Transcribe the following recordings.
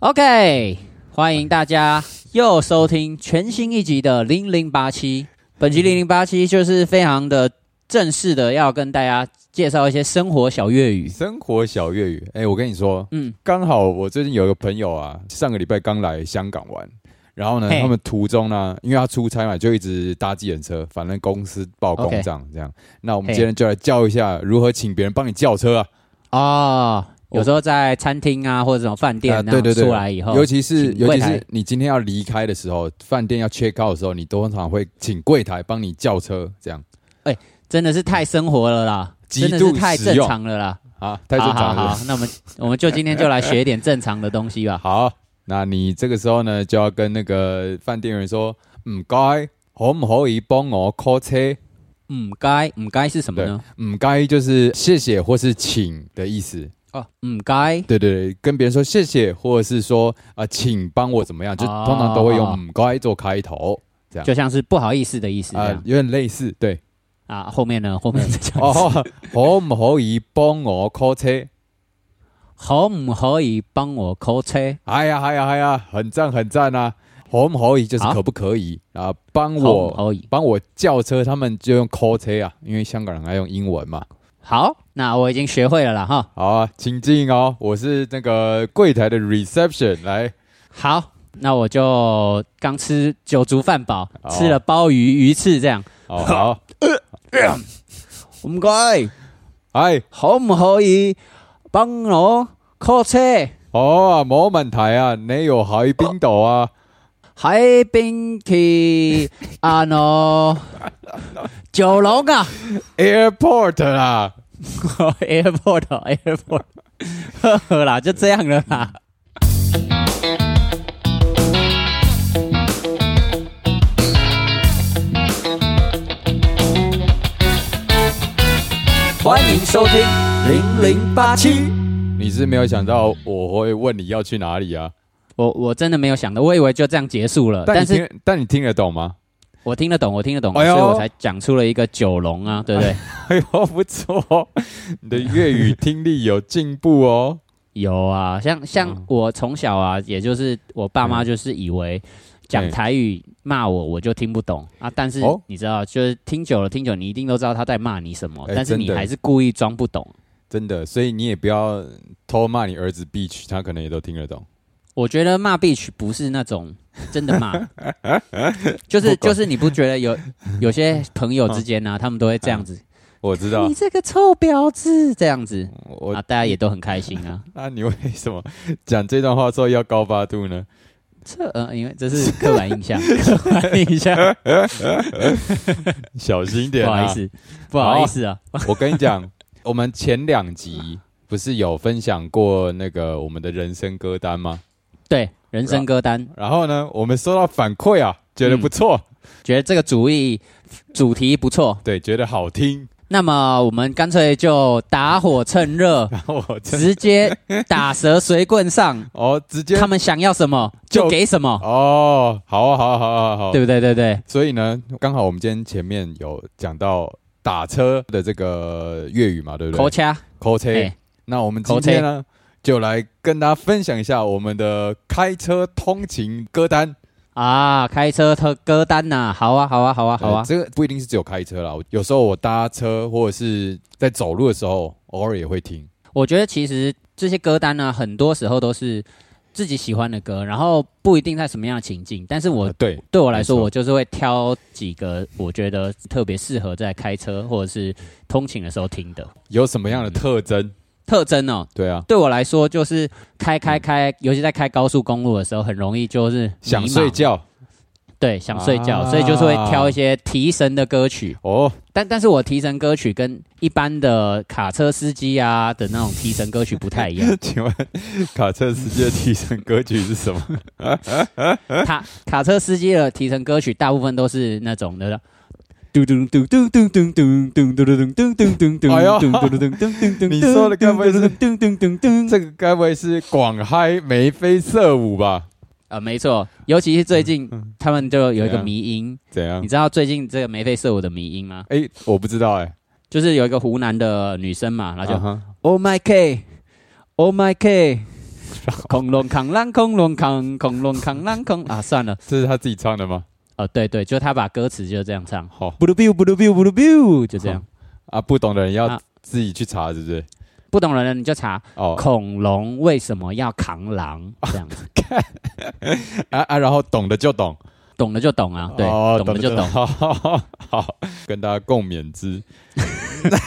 OK，欢迎大家又收听全新一集的零零八七。本集零零八七就是非常的正式的，要跟大家介绍一些生活小粤语。生活小粤语，哎、我跟你说，嗯，刚好我最近有一个朋友啊，上个礼拜刚来香港玩，然后呢，嘿他们途中呢，因为他出差嘛，就一直搭计程车，反正公司报公 OK 账这样。那我们嘿今天就来教一下如何请别人帮你叫车啊，哦，有时候在餐厅啊，或者什么饭店啊啊，对对对出来以后，尤其是请尤柜其台是你今天要离开的时候，饭店要 check out 的时候，你通常会请柜台帮你叫车这样真的是太生活了啦，极度真的是太正实用常了啦，啊，太正常了是不好是好好，那我们我们就今天就来学一点正常的东西 吧。好，那你这个时候呢，就要跟那个饭店员说，唔该，可唔可以帮我 call 车？嗯，该嗯该是什么呢？唔嗯该就是谢谢或是请的意思。哦，嗯该对对对，跟别人说谢谢，或者是说啊、呃请帮我怎么样，就哦通常都会用唔该做开头就像是不好意思的意思这啊、样有点类似。 对，啊。后面呢？后面再讲一次。哦，可唔可以帮我 call 车？可唔可以帮我 call 车？哎呀，哎呀，哎呀，很赞，很赞啊！可唔可以就是好可不可以啊？帮可唔我可以？帮我叫车，他们就用 call 车啊，因为香港人爱用英文嘛。好，那我已经学会了啦哈。好啊，请进哦，我是那个柜台的 reception，来，好，那我就刚吃酒足饭饱，哦吃了鲍鱼、鱼翅这样。哦好，唔该，哎，可唔可以帮我 call 车？哦，冇問題啊，你又喺邊度啊？喺邊去啊？喏， 九龍啊 airport 啊啦， ，airport，airport，呵呵啦，就这样了啦。嗯歡迎收聽零零八七。你是没有想到我会问你要去哪里啊？我我真的没有想到，我以为就这样结束了，呃但但你是听，但你听得懂吗？ 我听得懂，我听得懂，哎所呦以我才讲出了一个九龙啊，对不对？哎呦，不错，你的粤语听力有进步哦。有啊，像像嗯我从小啊，也就是我爸妈就是以为讲台语骂我，我就听不懂啊。但是哦你知道，就是听久了，听久了你一定都知道他在骂你什么，哎但是你真的还是故意装不懂。真的，所以你也不要偷骂你儿子 Beach，他可能也都听得懂。我觉得骂 bitch 不是那种真的 骂，就是不管就是你不觉得有有些朋友之间呢、啊，他们都会这样子，我知道你，这个臭婊子这样子啊我、啊，大家也都很开心 啊。那你为什么讲这段话说要高八度呢？这呃，因为这是刻板印象，刻板印 象，小不心点、啊好意，思，不好意思啊。我跟你讲， 我们前两集不是有分享过那个我们的人生歌单吗？对，人生歌单，然后呢，我们收到反馈啊，觉得不错，觉得这个主意主题不错，对，觉得好听。 那么我们干脆就打火趁 热，然后我真直接打蛇随棍上，哦，直接他们想要什么就就给什么，哦，好啊，好啊，好啊，好啊好啊对不对？对对，所以呢，刚好我们今天前面有讲到打车的这个粤语嘛，对不口对？掐，扣车。哎，那我们今天呢，就来跟大家分享一下我们的开车通勤歌单。啊，开车特歌单呐，好啊，好啊，好啊，好啊呃，这个不一定是只有开车啦，我有时候我搭车或者是在走路的时候，偶尔也会听。我觉得其实这些歌单呢，啊很多时候都是自己喜欢的歌，然后不一定在什么样的情境，但是我呃对，对我来说，没错我就是会挑几个我觉得特别适合在开车或者是通勤的时候听的有什么样的特征？特征哦。对啊，对我来说，就是开开开，尤其在开高速公路的时候，很容易就是迷嗯想茫睡，觉对，想睡觉，啊所以就是会挑一些提神的歌曲。哦，，但但是我提神歌曲跟一般的卡车司机啊的那种提神歌曲不太一样请问卡车司机的提神歌曲是什么？ 卡卡车司机的提神歌曲大部分都是那种的。嘟嘟嘟嘟嘟嘟嘟嘟嘟嘟嘟嘟嘟嘟嘟，你说的该不会是嘟嘟嘟嘟？这个该不会是广嗨眉飞色舞吧？啊，没错，尤其是最近他们就有一个迷音，怎样你？知道最近这个眉飞色舞的迷音吗？哎、我不知道哎、就是有一个湖南的女生嘛，她就啊哈 Oh my K，Oh my K，恐龙扛浪，恐龙扛，恐龙扛浪恐啊，算了，这是他自己唱的吗？哦，对对，就他把歌词就这样唱，好布鲁 biu 布鲁 biu 布鲁 biu，就这样。啊，不懂的人要啊自己去查，是不是？不懂的人你就查 哦恐龙为什么要扛 狼这样子，啊啊，然后懂的就懂，懂了就懂啊，对，哦懂了就懂。 好好好好，跟大家共勉之。 那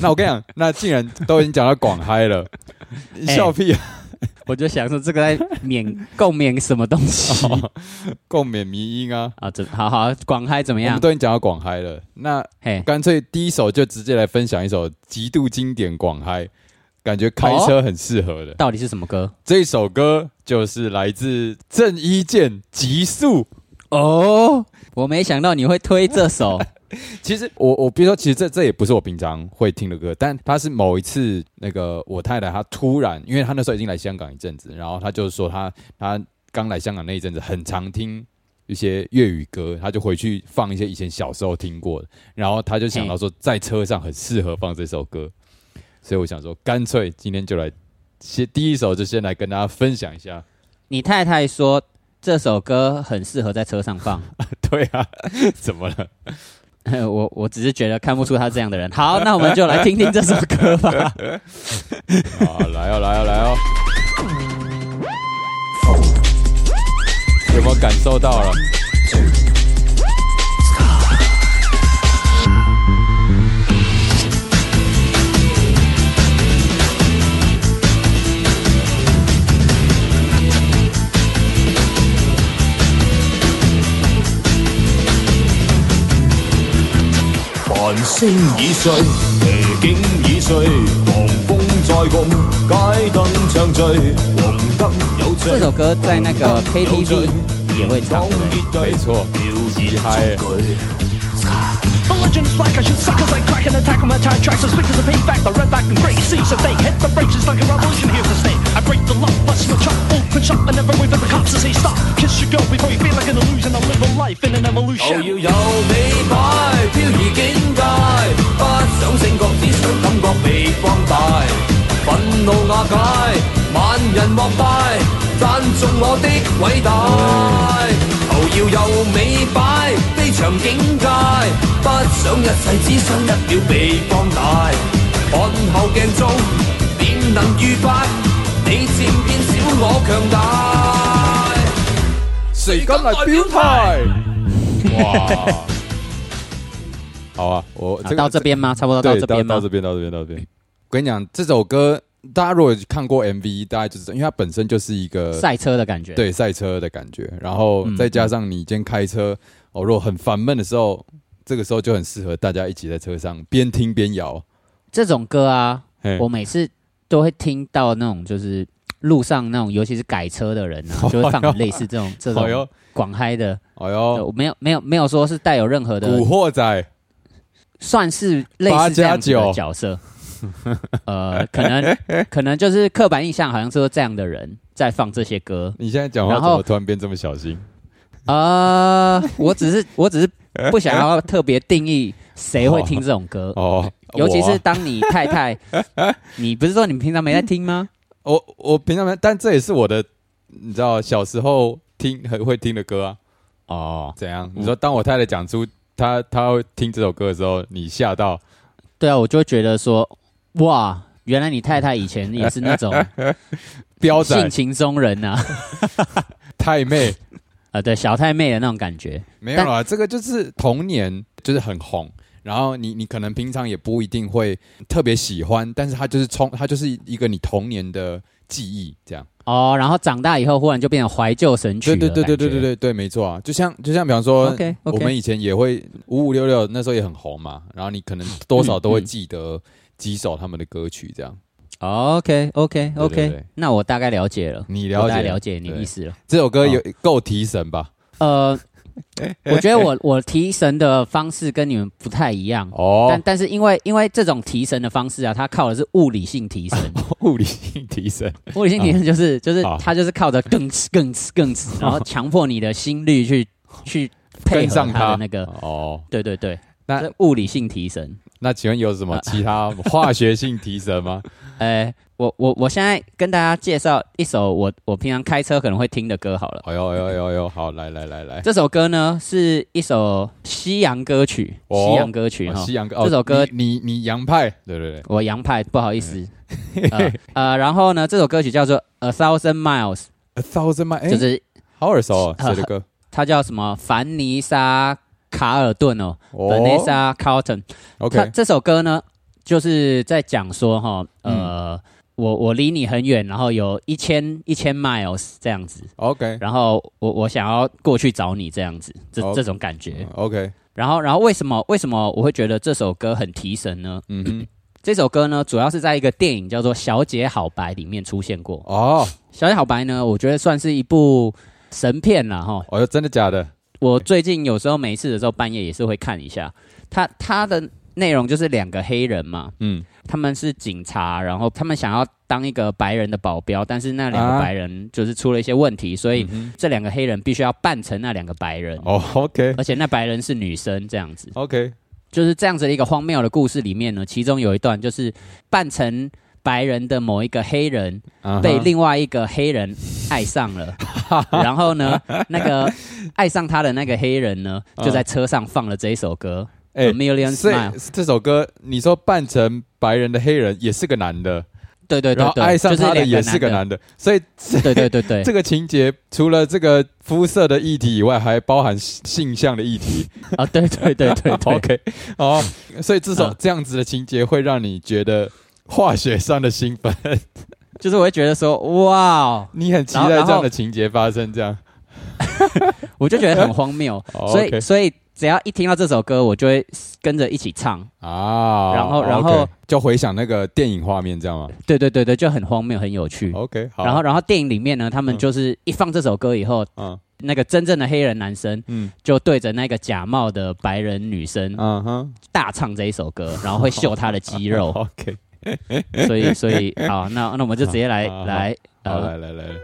那我跟你讲，那既然都已经讲到广嗨了，你 哎 笑屁啊！我就想说这个在免共勉什么东西共勉迷音啊，啊？这好好广嗨怎么我们样？都已经讲到广嗨了，那嘿，干脆第一首就直接来分享一首极度经典广嗨，感觉开车哦很适合的。到底是什么歌？这首歌就是来自郑伊健《极速》。哦，我没想到你会推这首 其实我我比如说，其实这这也不是我平常会听的歌，但他是某一次那个我太太她突然，因为她那时候已经来香港一阵子，然后她就说她她刚来香港那一阵子很常听一些粤语歌，她就回去放一些以前小时候听过的，然后她就想到说在车上很适合放这首歌，所以我想说干脆今天就来先第一首就先来跟大家分享一下。 你太太说这首歌很适合在车上放， 对啊，怎么了？我我只是觉得看不出他这样的人。好，那我们就来听听这首歌 吧。啊，来哦，来哦，来哦！有没有感受到了？繁星已碎，夜景已碎，狂風再共，街燈唱醉，黃燈有这罪。首歌在那个 KTV 也会唱，对不对没错，厉害！ The legend's black, I shoot suckers like crack and attack on my tire tracks. As quick as a payback, the red back and gray sees a thing. Hit the brakes, it's like a revolution here to stay. I break the law, bust my chop, open shop, and never wave at the cops to say stop. Kiss your girl before you feel like an illusion. I live a life in an 我要 evolution. 有美擺，漂移境界，不想醒覺，只想感覺被放大。憤怒瓦解，萬人膜拜，讚頌我的偉大。我要有美擺，非常境界，不想一切，只想一秒被放大。看後鏡中，點能愉快？你漸變小，我強大。谁敢来表态？哇！好啊，我啊个到这边吗？差不多对到这边到吗这？边，到这边，到这边。我跟你讲，这首歌大家如果看过 MV，大家就知道，因为它本身就是一个赛车嗯的感觉。，对赛车的感觉，然后再加上你今天开车，哦，如果很烦闷的时候，这个时候就很适合大家一起在车上边听边摇。这种歌啊，嘿我每次都会听到那种就是路上那种，尤其是改车的人 啊，就会放类似这种这哎种呦，广嗨的。哎呃呦，我没有没有没有说是带有任何的古惑仔算是类似这样子的角色。 呃，可能可能就是刻板印象，好像是说这样的人在放这些歌。你现在讲话然怎后么突然变这么小心？呃，我只是我只是不想要特别定义谁会听这种歌， 哦，呃尤其我是啊当你太太， 你不是说你平常没在听吗？我我平常没，但这也是我的，你知道小时候听很会听的歌啊。哦，怎样？你说当我太太讲出她她会听这首歌的时候，你吓到？对啊，我就会觉得说，哇，原来你太太以前也是那 种彪性仔情中人呐、啊， 太妹呃，对，小太妹的那种感觉。没有啦，这个就是童年就是很红，然后你你可能平常也不一定会特别喜欢，但是它就是冲，它就是一个你童年的记忆这样。哦，然后长大以后忽然就变成怀旧神曲对了对对对对对感觉对对，没错啊，就像就像比方说 OK，OK 我们以前也会五五六六那时候也很红嘛，然后你可能多少都会记得几首他们的歌曲这样。 OK OK 对 OK，对对那我大概了解了， 你我了大解概了解你的对意思了。这首歌有够提神吧？呃，我觉得我我提神的方式跟你们不太一样， 哦但，但是因为因为这种提神的方式啊，它靠的是物理性提神，物理性提神，物理性提啊神就是就是好它就是靠着更哧更哧更哧，然后强迫你的心率 去去配啊跟合上它它的那个，哦。对对对，那这物理性提神。那请问有呃什么其 他化学性提神吗？哎，我我我现在跟大家介绍一首我我平常开车可能会听的歌好了。哎呦哎呦哎呦哎呦，好，来来来来，这首歌呢是一首西洋歌曲，哦西洋歌曲哦哈。西洋歌，这首歌你你你洋派，对对对，我洋派，不好意思。哎呃呃，然后呢，这首歌曲叫做《A Thousand Miles A Thousand Miles，》，就哎，是好耳熟 哦，呃谁的歌？它叫什么？凡妮莎·卡尔顿哦哦，Vanessa Carlton。它 OK，这首歌呢，就是在讲说哈，嗯呃，我我离你很远，然后有一千一千 miles 这样子， OK 然后我我想要过去找你这样子，这哦这种感觉。 OK，然后然后为什么为什么我会觉得这首歌很提神呢？嗯哼，这首歌呢，主要是在一个电影叫做《小姐好白》里面出现过。哦， 《小姐好白》呢，我觉得算是一部神片了哈。哦，真的假的？我最近有时候没事的时候，半夜也是会看一下。它它的内容就是两个黑人嘛，嗯，他们是警察，然后他们想要当一个白人的保镖，但是那两啊个白人就是出了一些问题，所以嗯这两个黑人必须要扮成那两个白人，哦，OK 而且那白人是女生这样子。 OK，就是这样子的一个荒谬的故事里面呢，其中有一段就是扮成白人的某一个黑人啊被另外一个黑人爱上 了，然后呢，那个爱上他的那个黑人呢，就在车上放了这一首歌《啊哎 A Million 所以 Smile》。这首歌，你说扮成白人的黑人也是个男的，对对然对后对，爱上就是他的两也是个男男的，所以这的。对对对对， 这个情节除了这个肤色的议题以外，还包含性向的议题。 啊，对对对对对 OK，哦，所以至少嗯这样子的情节会让你觉得化学上的兴奋， 就是我会觉得说，哇，哦你很期然后待然这样后的情节发生。这样，我就觉得很荒谬， 哦所以 OK 所以只要一听到这首歌，我就会跟着一起唱，啊，然后然 OK，后就回想那个电影画面，这样吗对对对对，就很荒谬，很有趣。 ？OK，好，哦然后，然后电影里面呢，他们嗯就是一放这首歌以后，嗯那个真正的黑人男生嗯就对着那个假冒的白人女生嗯哼大唱这一首歌，然后会秀她的肌肉。 哦，OK，所以，所以好，那那我们就直接来 好好来好，呃来来来，来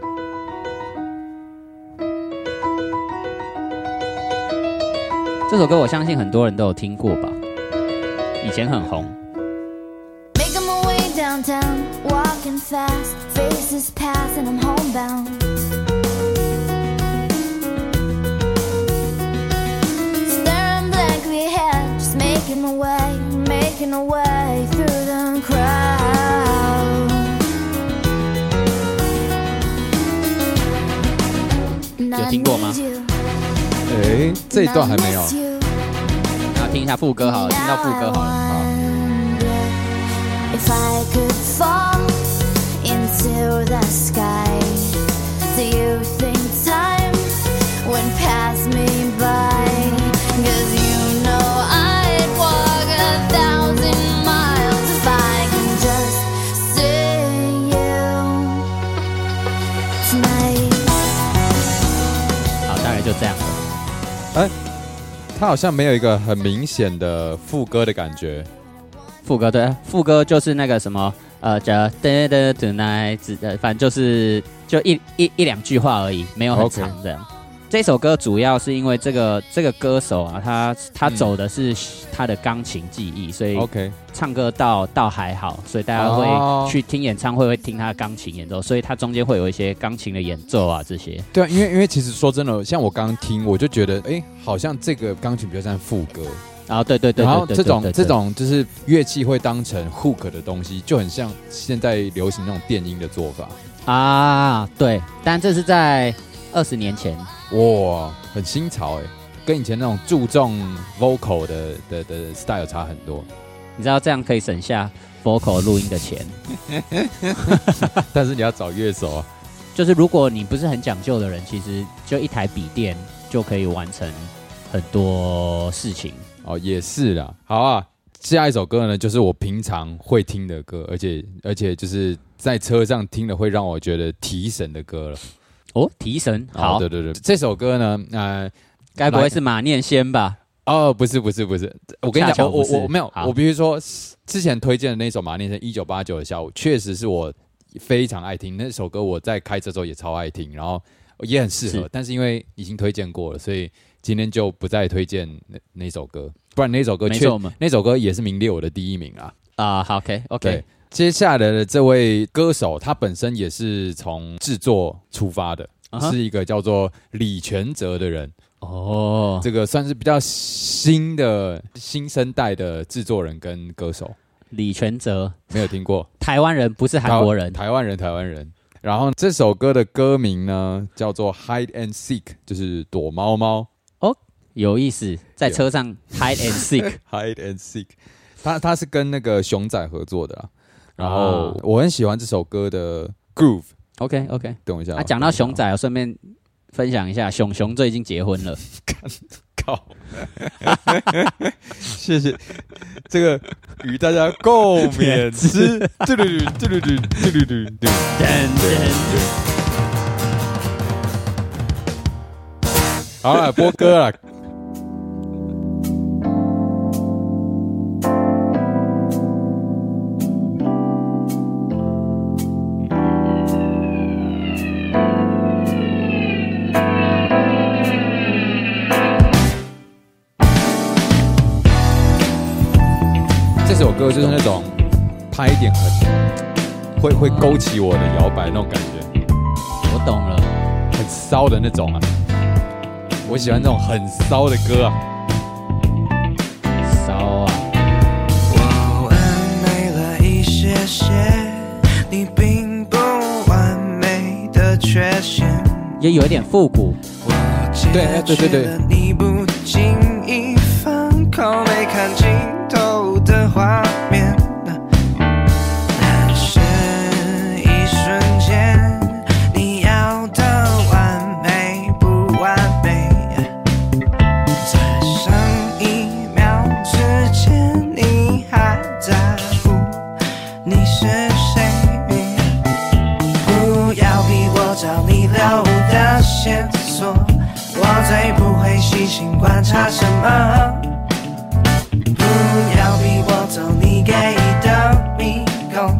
这首歌，我相信很多人都有听过吧，以前很红。 Making my way downtown, walking fast, faces pass, and I'm homebound. Staring blankly ahead, just making my way, making my way through the crowd. And I 有听过吗？ need you, 哎，这一 and 段 I 还没有 miss you. 那听一下副歌好了，听到副歌好了。 Now I wonder If I could fall into the sky, do you think time would pass me by? Cause you know I'd walk a thousand miles if I can just see you tonight. 好，大概就这样了。他好像没有一个很明显的副歌的感觉。副歌对，副歌就是那个什么呃，叫 da da tonight，呃，反正就是就一一一两句话而已，没有很 OK 长这样。这首歌主要是因为这个这个歌手啊，他他嗯走的是他的钢琴技艺，所以 OK，唱歌倒倒还好，所以大家哦会去听演唱会会听他的钢琴演奏，所以他中间会有一些钢琴的演奏啊这些。对啊，因为因为其实说真的，像我刚刚听，我就觉得，哎，好像这个钢琴比较像副歌，然后对对对，然后对这种对对这对种就是乐器会当成 hook 的东西，就很像现在流行那种电音的做法。啊，对，但这是在二十年前，哇，很新潮哎、跟以前那种注重 vocal 的的的 style 差很多，你知道这样可以省下 vocal 录音的钱。但是你要找乐手啊，就是如果你不是很讲究的人，其实就一台笔电就可以完成很多事情。哦，也是啦。好啊，下一首歌呢，就是我平常会听的歌，而且而且就是在车上听了会让我觉得提神的歌了。哦，提神，哦好对，对对，这首歌呢，呃，该不会是马念先吧？哦，不是不是不是，我跟你恰巧讲，不我是我我没有，好我必须说，之前推荐的那首马念生《一九八九的下午》，确实是我非常爱听那首歌，我在开车的时候也超爱听，然后也很适合是。但是因为已经推荐过了，所以今天就不再推荐那那首歌，不然那首歌没确错嘛那首歌也是名列我的第一名啊。啊，好，OK 对 OK，，接下来的这位歌手，他本身也是从制作出发的啊哈是一个叫做李全哲的人。哦，这个算是比较新的新生代的制作人跟歌手，李全哲，没有听过 台湾人不是韩国人，台台湾人，台湾人。然后这首歌的歌名呢叫做《Hide and Seek》，就是躲猫猫有意思，在车上 hide and seek， （Hide and Seek）。他他是跟那个熊仔合作的啦。然啊后我很喜欢这首歌的 groove。 OK OK，等一下啊，讲到熊等仔，我顺便分享一下，熊熊最近结婚了，一下，靠！ 谢谢，这个与大家共勉之。 嘟嘟嘟嘟嘟嘟嘟嘟嘟。好了，播歌了。这首歌就是那种拍一点很会会勾起我的摇摆那种感觉，我懂了，很骚的那种啊。我喜欢这种很骚的歌啊。骚啊，我安慰了一些些，你并不完美的缺陷。也有一点复古，我解决了你不经意放空没看尽头的画面，那是一瞬间。你要的完美不完美？在上一秒之前，你还在乎你是谁？不要逼我找你留的线索，我最不会细心观察什么。不要逼我走你给的迷宫，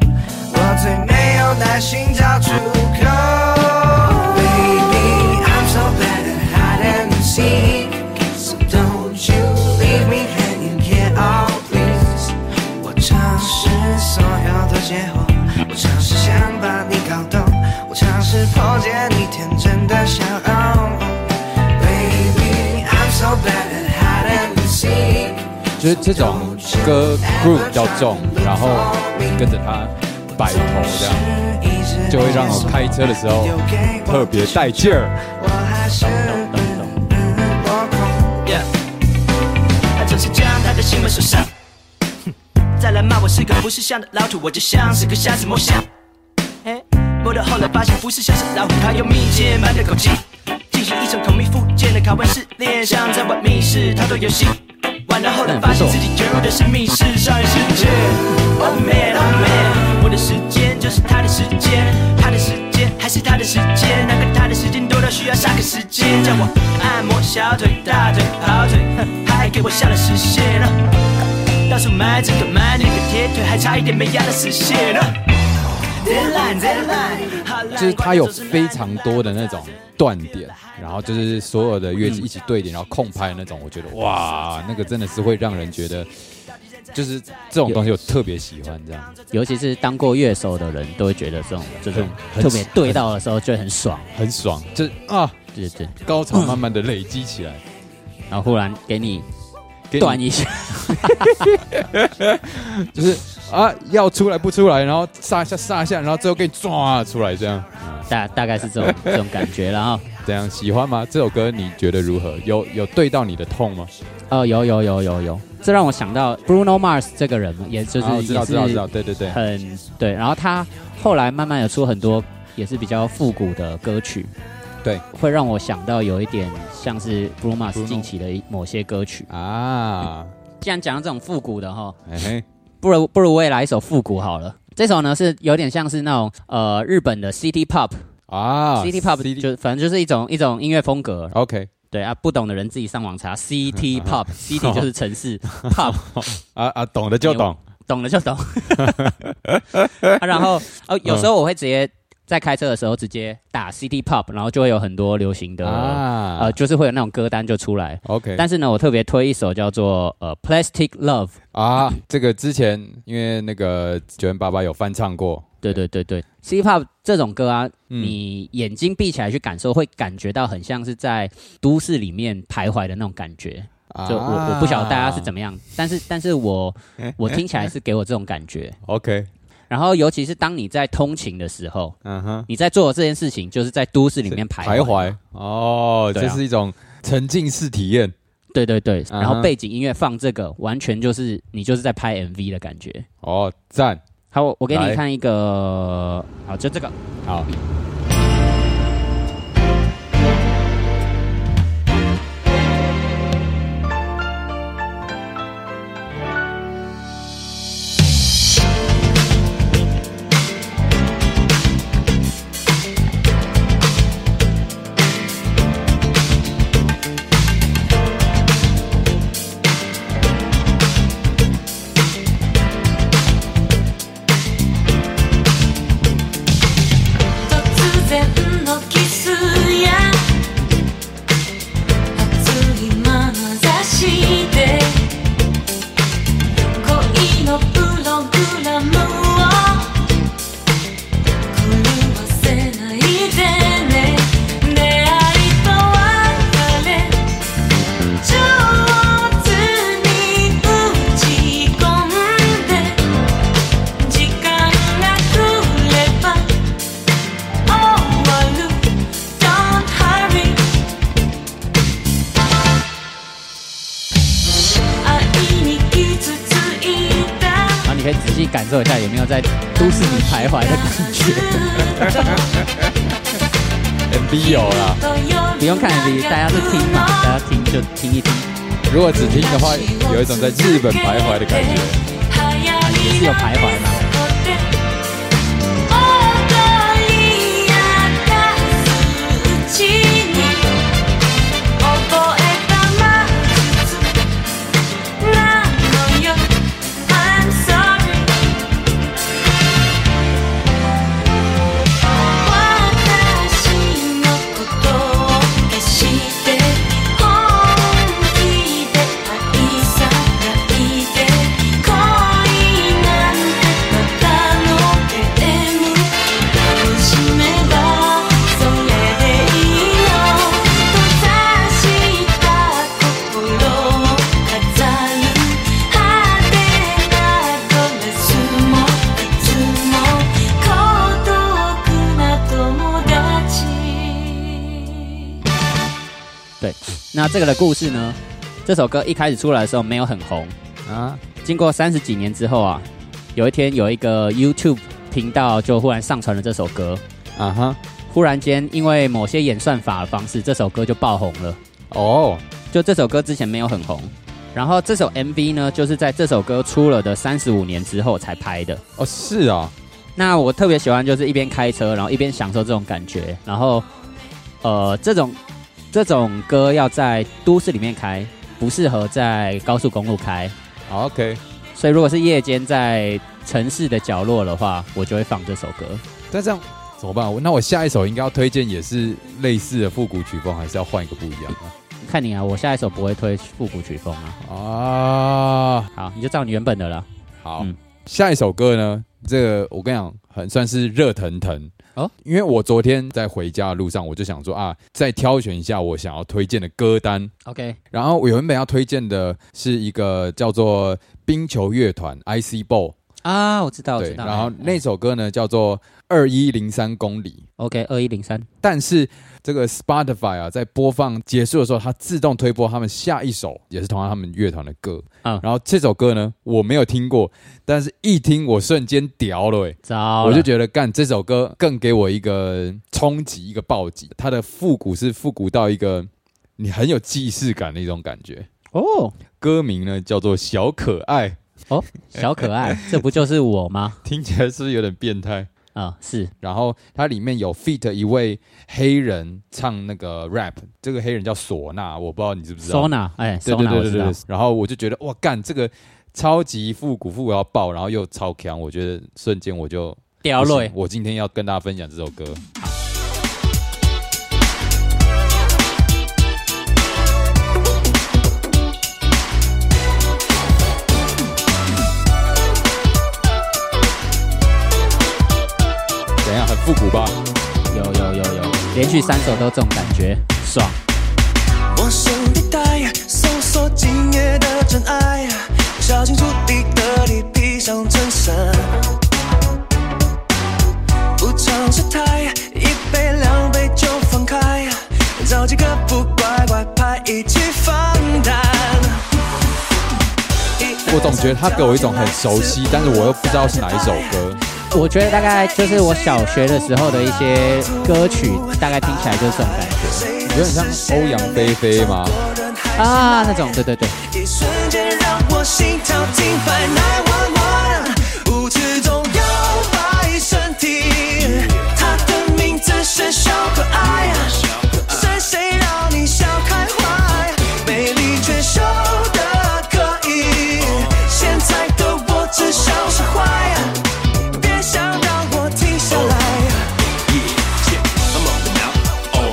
我最没有耐心找出口。Baby, I'm so bad at hide and seek, so don't you leave me hanging here, oh please. 我尝试所有的结果，我尝试想把你搞懂，我尝试破解你天真的笑容。Baby, I'm so bad at hide and seek. 就是这种歌 groove 比较重，然后跟着它摆头这样，样就会让我开车的时候特别带劲儿。懂懂懂懂。他总是将他的心门锁上。哼再来骂我是个不识相的老土，我就像是个瞎子摸象。哎，摸到后来发现不是像是老虎，它用密接满的口气进行一种同一附件的拷问试炼，像在玩密室逃脱游戏。玩到后来发现自己卷入的是密室上瘾世界。Oh man, oh man，我的时间就是他的时间，他的时间还是他的时间，哪个他的时间多到需要下个时间，叫我按摩小腿、大腿、跑腿，哼还给我下了时限了。到处买这个买那个贴腿，还差一点没压到实现了。就是它有非常多的那种断点，然后就是所有的乐器一起对点，然后空拍的那种，我嗯觉得哇，那个真的是会让人觉得，就是这种东西我特别喜欢这样，尤其是当过乐手的人都会觉得这种这种很特别对到的时候就会很爽，很爽，就是啊，对对，对高潮慢慢的累积起来，然后忽然给你给你断一下，就是啊要出来不出来，然后撒一下撒一下，然后最后给你抓出来这样，大大概是这 种这种感觉，然后这样喜欢吗？这首歌你觉得如何？有有对到你的痛吗？哦，有有有有有，这让我想到 Bruno Mars 这个人，也就是、啊我知道也是知道知道，对对对，很对，然后他后来慢慢有出很多也是比较复古的歌曲，对，会让我想到有一点像是 Bruno Mars Bruno 近期的一某些歌曲。啊，既然讲到这种复古的哈，嘿嘿，不如不如我也来一首复古好了。这首呢是有点像是那种呃日本的 City Pop，City 啊 Pop 就反正就是一种一种音乐风格。 OK 对啊，不懂的人自己上网查 City Pop，City 就是城市，Pop 啊啊，懂的就懂。 懂了就懂。啊然后哦，有时候我会直接在开车的时候直接打 City Pop，然后就会有很多流行的、啊呃，就是会有那种歌单就出来。 OK，但是呢，我特别推一首叫做呃 Plastic Love，啊，这个之前因为那个九零八八有翻唱过，对对对对，City Pop 这种歌啊，嗯你眼睛闭起来去感受，会感觉到很像是在都市里面徘徊的那种感觉。啊就我我不晓得大家是怎么么样，但是但是 我我听起来是给我这种感觉。 OK，然后尤其是当你在通勤的时候，嗯哼，你在做的这件事情就是在都市里面徘徘徊哦，对啊这是一种沉浸式体验对对对，嗯哼然后背景音乐放这个，完全就是你就是在拍 MV 的感觉。哦，赞，好，我我给你来看一个，好，就这个，好，突然のキスや熱い眼差しで恋のプログラムを狂わせないでね出会いと別れ上手に打ち込んで時間が来れば Oh, look, don't hurry. 愛に傷ついた。然后你可以仔细感受一下有没有在都市里徘徊的感觉。 MV 有啦， 不用看 MV，大家就听嘛，大家听就听一听，如果只听的话，有一种在日本徘徊的感觉。是有徘徊嘛。 I'm sorry 私のことを消して本気で愛さないで恋なんてただのゲーム楽しめばそれでいいの閉ざした心を飾る派手なドレスも靴も孤独な友達对，那这个的故事呢，这首歌一开始出来的时候没有很红，啊，经过三十几年之后啊，有一天有一个 YouTube 频道就忽然上传了这首歌，啊哈，忽然间因为某些演算法的方式，这首歌就爆红了。哦，就这首歌之前没有很红，然后这首 MV 呢，就是在这首歌出了的三十五年之后才拍的。哦，是啊，那我特别喜欢就是一边开车，然后一边享受这种感觉。然后，呃，这种这种歌要在都市里面开，不适合在高速公路开。好 OK，所以如果是夜间在城市的角落的话，我就会放这首歌。那这样怎么办？我那我下一首应该要推荐也是类似的复古曲风，还是要换一个不一样看你啊，我下一首不会推复古曲风啊。啊？啊，好，你就照你原本的啦。好，嗯下一首歌呢？这个我跟你讲，很算是热腾腾哦哦，因为我昨天在回家的路上，我就想说啊，再挑选一下我想要推荐的歌单。 OK，然后我原本要推荐的是一个叫做冰球乐团 IC Ball，啊，我知道，我对，知道。然后那首歌呢叫做二一零三公里。 OK 二一零三但是这个 Spotify 啊，在播放结束的时候，它自动推播他们下一首，也是同样他们乐团的歌。嗯然后这首歌呢，我没有听过，但是一听我瞬间屌了、欸，糟了，我就觉得干这首歌更给我一个冲击，一个暴击。它的复古是复古到一个你很有既视感的一种感觉。哦歌名呢叫做《小可爱》，哦，小可 爱，这不就是我吗？听起来是不是有点变态？啊、是然后它里面有 feat 一位黑人唱那个 rap，这个黑人叫唢呐，我不知道你知不知道。 Sona，哎对对，Sona 对我对知道对。。然后我就觉得哇干，这个超级复古复古要爆，然后又超强，我觉得瞬间我就屌不行嘞，我今天要跟大家分享这首歌。怎样？很复古吧？有有有有，连续三首都这种感觉，爽。我手里带，搜索今夜的真爱，小心处理的你披上衬衫。不尝试太，一杯两杯就放开，找几个不乖乖牌一起放胆。我总觉得它给我一种很熟悉，但是我又不知道是哪一首歌。我觉得大概哎就是我小学的时候的一些歌曲，大概听起来就是哎这种感觉有点像欧阳菲菲吗？啊，那种对对对，一瞬间让我心跳停摆，Nine One One，舞池中摇摆身体，他的名字是小可爱，啊是谁让你笑开怀？美丽却秀的可以，现在的我只想是坏，啊别想让我停下来。 I'm on the now,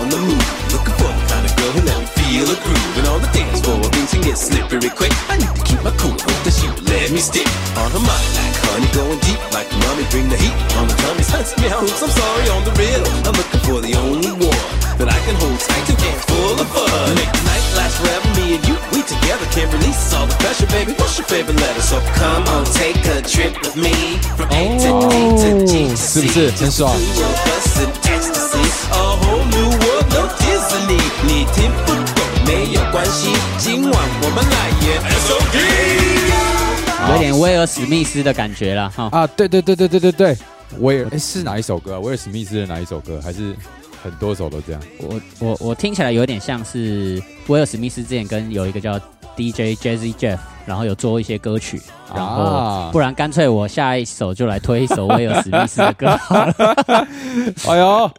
on the move. Looking for the kind of girl who let me feel a groove. And on the dance floor, things can get slippery quick. I need to keep my cool, hope that she will let me stick. On her mind, like honey, going deep, like mommy, bring the heat. On the tummy, touch me, I hoops, I'm sorry, on the real. I'm looking for the only one that I can hold tight to get full of fun. Make the night last forever, me and you, we together can release all the pressure, baby. What's your favorite letter? So come on, take a trip with me. From A to D to G to 是不 C. 是很爽？有点威尔史密斯的感觉啦。哈。啊，对对对对对对对，威尔诶是哪一首歌、啊？威尔史密斯的哪一首歌？还是很多首都这样？我我我听起来有点像是威尔史密斯之前跟有一个叫 DJ Jazzy Jeff，然后有做一些歌曲，然后啊不然干脆我下一首就来推一首威尔史密斯的歌好 了，哎呦，好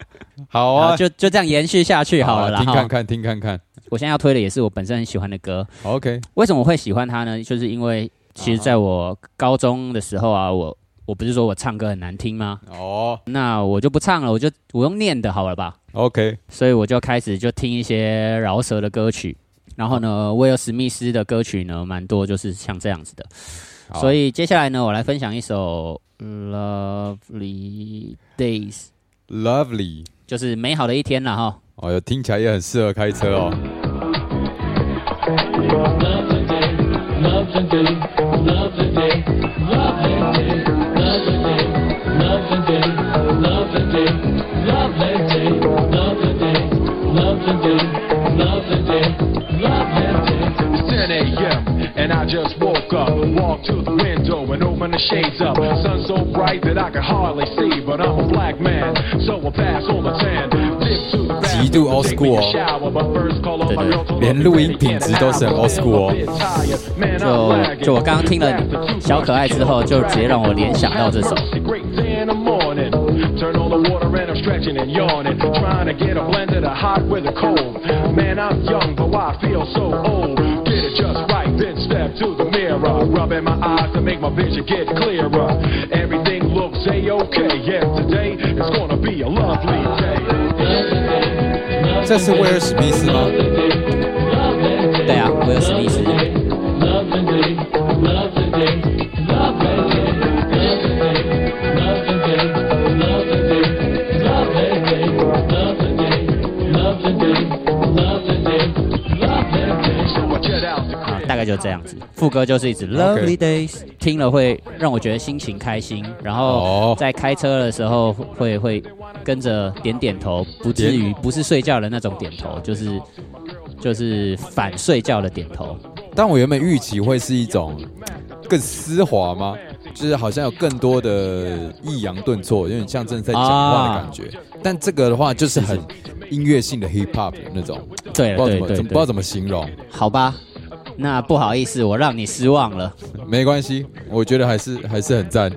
然后 啊，就就这样延续下去好了啦。听看哈。看，听看看。我现在要推的也是我本身很喜欢的歌，好 OK，为什么我会喜欢它呢？就是因为其实在我高中的时候啊，我我不是说我唱歌很难听吗？哦那我就不唱了，我就我用念的好了吧。 ，OK，所以我就开始就听一些饶舌的歌曲。然后呢，威尔史密斯的歌曲呢，蛮多就是像这样子的。好所以接下来呢，我来分享一首《Lovely Days》， Lovely，就是美好的一天了哈。哦哟，听起来也很适合开车哦。 It's 10 a.m. and I just woke up. Walked to the window and opened the shades up. Sun so bright that I can hardly see, but I'm a black man, so I'll pass on the tan. Dip to the 极度 old bathroom, take school me 哦 a shower, but first call on my 对对 girl to 连 love me 录音 back 品 again. 质都是很 old school 哦 I'm a bit tired. Man, 就 I'm lagging. 就我刚刚听了小可爱之后，就直接让我联想到这首。 Great day in the morning. Turn on the water and I'm stretching and yawning. Trying to get a blend of the hot with the cold. Man, I'm young, but why I feel so old? Get it just right, then step to the mirror. Rubbing my eyes to make my vision get clearer. Everything looks a-okay. Yeah, today it's gonna be a lovely day. 这是威尔史密斯吗？对啊，威尔史密斯。 So I jet out the 啊，大概就这样子。副歌就是一直 Lovely Days，听了会让我觉得心情开心，然后哦在开车的时候会会跟着点点头，不至于不是睡觉的那种点头，就是就是反睡觉的点头。但我原本预期会是一种更丝滑吗？就是好像有更多的抑扬顿挫，有点像正在讲话的感觉。啊但这个的话，就是很音乐性的 hip hop 的那种，对不对知道怎么哎对怎么不知道对，怎么形容。好吧，那不好意思，我让你失望了。没关系，我觉得还是还是很 赞。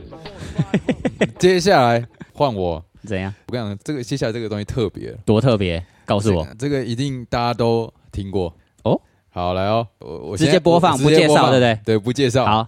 接下来换我，怎样？我跟你讲，这个接下来这个东西特别，多特别？告诉哦我啊这，个这个一定大家都听过哦。好，来哦，我我直接现在播放我不直接介绍播放对不对对，不介绍。好，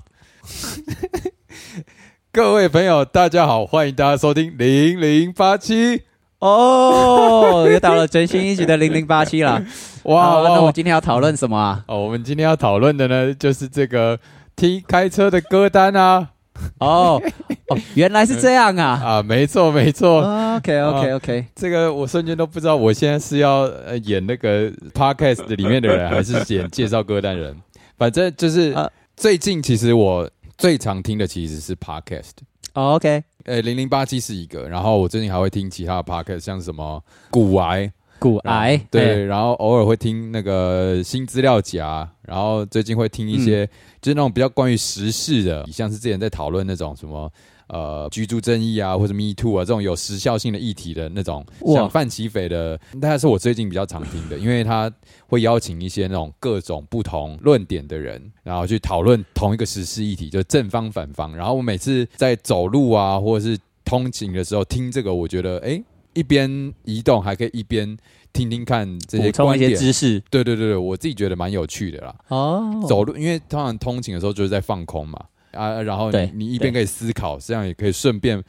各位朋友，大家好，欢迎大家收听零零八七。哦，又到了全新一集的零零八七了。哇好哇那我哇！今天要讨论什么啊？哦，我们今天要讨论的呢，就是这个听开车的歌单啊哦，哦，原来是这样啊。啊，没错没错， OK OK OK，这个我瞬间都不知道，我现在是要呃演那个 podcast 里面的人，还是演介绍歌单人？反正就是啊最近，其实我最常听的其实是 podcast。哦 OK，呃，零零八七是一个，然后我最近还会听其他的 podcast，像什么骨癌，骨癌哎对，，然后偶尔会听那个新资料夹，然后最近会听一嗯些、就是那种比较关于时事的，像是之前在讨论那种什么呃居住正义啊，或者 Me Too 啊这种有时效性的议题的那种，哇像范奇斐的，那是我最近比较常听的，因为他会邀请一些那种各种不同论点的人，然后去讨论同一个时事议题，就正方反方。然后我每次在走路啊，或者是通勤的时候听这个，我觉得诶一边移动还可以一边听听看这补些充观一些点，知识对对对对，我自己觉得蛮有趣的啦。哦。走路，因为通常通勤的时候就是在放空嘛，啊，然后对你你一边对可以思考，这样也可以顺便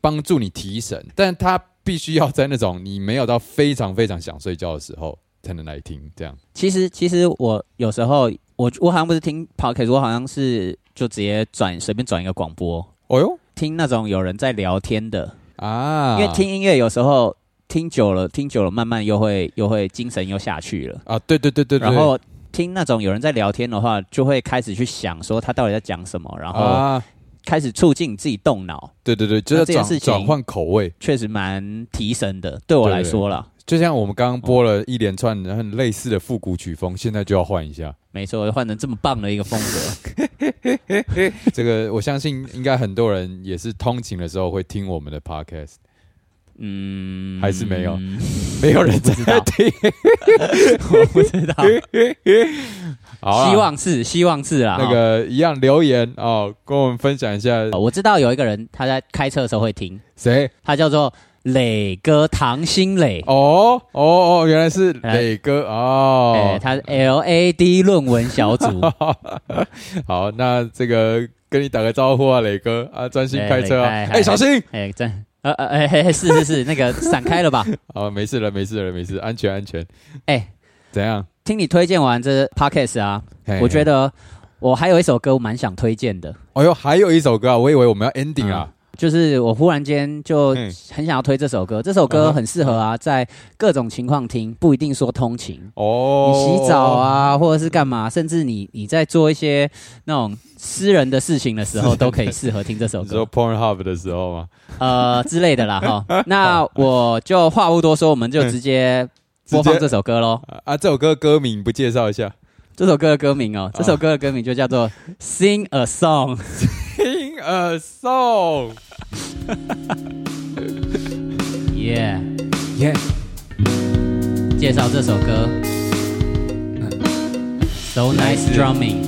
帮助你提神，但它必须要在那种你没有到非常非常想睡觉的时候才能来听，这样其实其实我有时候我我好像不是听 podcast，我好像是就直接转随便转一个广播，哦哟听那种有人在聊天的，啊，因为听音乐有时候听久了听久了，慢慢又会又会精神又下去了，啊，对对对对对，然后。听那种有人在聊天的话，就会开始去想说他到底在讲什么，然后啊，开始促进你自己动脑，对对对，就那是这件转事情转换口味，确实蛮提神的。对我对来对说啦，就像我们刚刚播了一连串很类似的复古曲风，现在就要换 一下。没错，换成这么棒的一个风格，这个我相信应该很多人也是通勤的时候会听我们的 podcast，嗯，还是没有没有人在知道听。 我不知 道，好啦希望是希望是啦。那个一样留言哦，跟我们分享一下哦我知道有一个人他在开车的时候会听，谁他叫做磊哥唐新磊，哦哦哦，原来是磊哥哎、哦。他是 LAD 论文小组， 好，那这个跟你打个招呼啊，磊哥啊，专心开车啊，哎磊哎，小心哎、真呃呃哎、嘿嘿是是是，那个闪开了吧？啊，没事了，没事了，没事，安全安全。哎、怎样？听你推荐完这 podcast 啊，嘿我觉，得我还有一首歌我蛮想推荐的，嘿哎呦，还有一首歌啊，我以为我们要 ending 啊。就是我忽然间就嗯很想要推这首歌，这首歌很适合啊，在各种情况听，不一定说通勤。你哦，洗澡，啊，或者是干嘛，甚至你你在做一些那种私人的事情的 时候，都可以适合听这首你歌说 Pornhub 的时候吗？呃之类的 啦哈。那我就话不多说，我们就直接嗯直播接放这首歌喽。啊啊，这首歌歌名不介绍一下这首歌的歌名哦，这啊首歌的歌名就叫做《Sing a Song》。 ？Sing a song，耶耶！介绍这首歌，So nice drumming，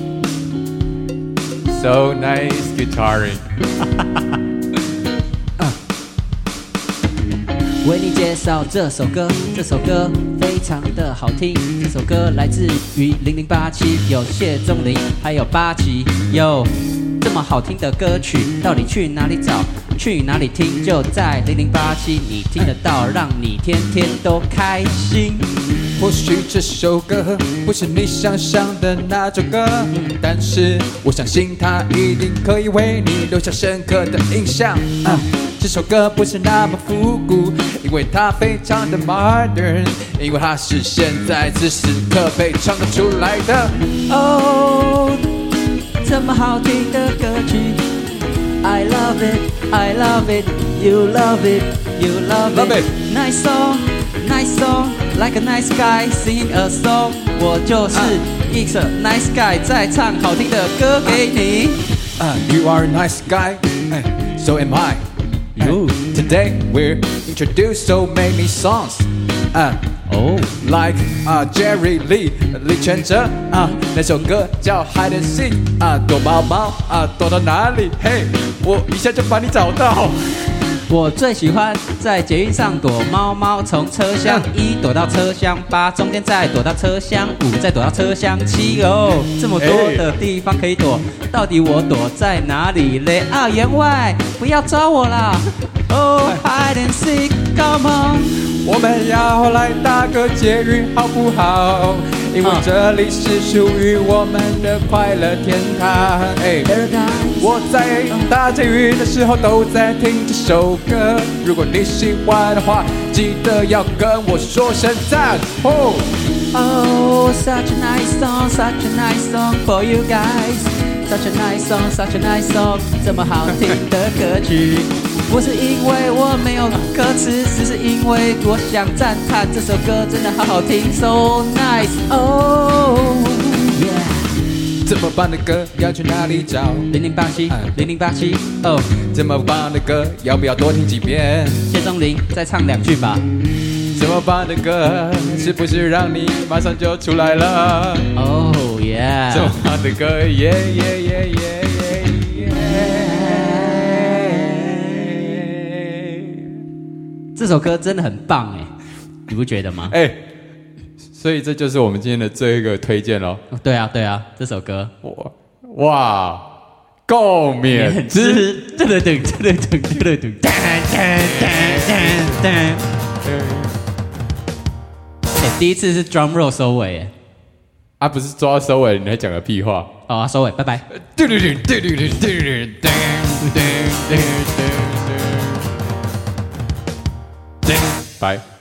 So nice guitaring. 为你介绍这首歌，这首歌非常的好听，这首歌来自于零零八七，有谢钟林，还有八旗，有这么好听的歌曲，到底去哪里找？去哪里听？就在零零八七，你听得到，让你天天都开心。或许这首歌不是你想象的那种歌，但是我相信它一定可以为你留下深刻的印象。啊这首歌不是那么复古，因为它非常的 modern，因为它是现在此时刻被唱得出来的。哦，这么好听的歌曲，I love it, I love it, you love it, you love it. Love it. Nice song, nice song, like a nice guy sing a song. 我就是一个 nice guy，在唱好听的歌给你。 Uh, you are a nice guy, eh, so am I. Eh, You. Today we're introduced so many songs. Uh, 哦， like uh, Jerry Lee Uh, 李全哲啊，那首歌叫《Hide and Seek》啊，躲猫猫啊，躲到哪里？嘿，我一下就把你找到。我最喜欢在捷运上躲猫猫，从车厢一躲到车厢八，中间再躲到车厢五，再躲到车厢七哦，这么多的地方可以躲，到底我躲在哪里嘞？啊，员外，不要抓我啦！Oh, hide and seek，come on！我们要来搭个捷运好不好？因为这里是属于我们的快乐天堂。哎，我在搭捷运的时候都在听这首歌，如果你喜欢的话，记得要跟我说声赞哦。 Oh, such a nice song, such a nice song for you guys. Such a nice song, such a nice song，这么好听的歌曲。不是因为我没有歌词，只是因为我想赞叹这首歌真的好好听，so nice。哦，yeah，这么棒的歌要去哪里找？零零八七，零零八七，哦，这么棒的歌要不要多听几遍？谢钟林再唱两句吧。这么棒的歌是不是让你马上就出来了？哦这么，yeah，棒的歌，耶耶耶耶耶耶！这首歌真的很棒哎，你不觉得吗？哎，所以这就是我们今天的最后一个推荐喽。对啊，对啊，这首歌。 哇哇，共欸勉之。之，噔噔噔噔噔噔噔噔噔噔。哎，第一次是 drum roll 收尾，哎，啊，不是抓到收尾，你还讲个屁话。好啊，收尾，拜拜。嘟嘟嘟嘟嘟嘟嘟嘟嘟嘟嘟嘟，拜。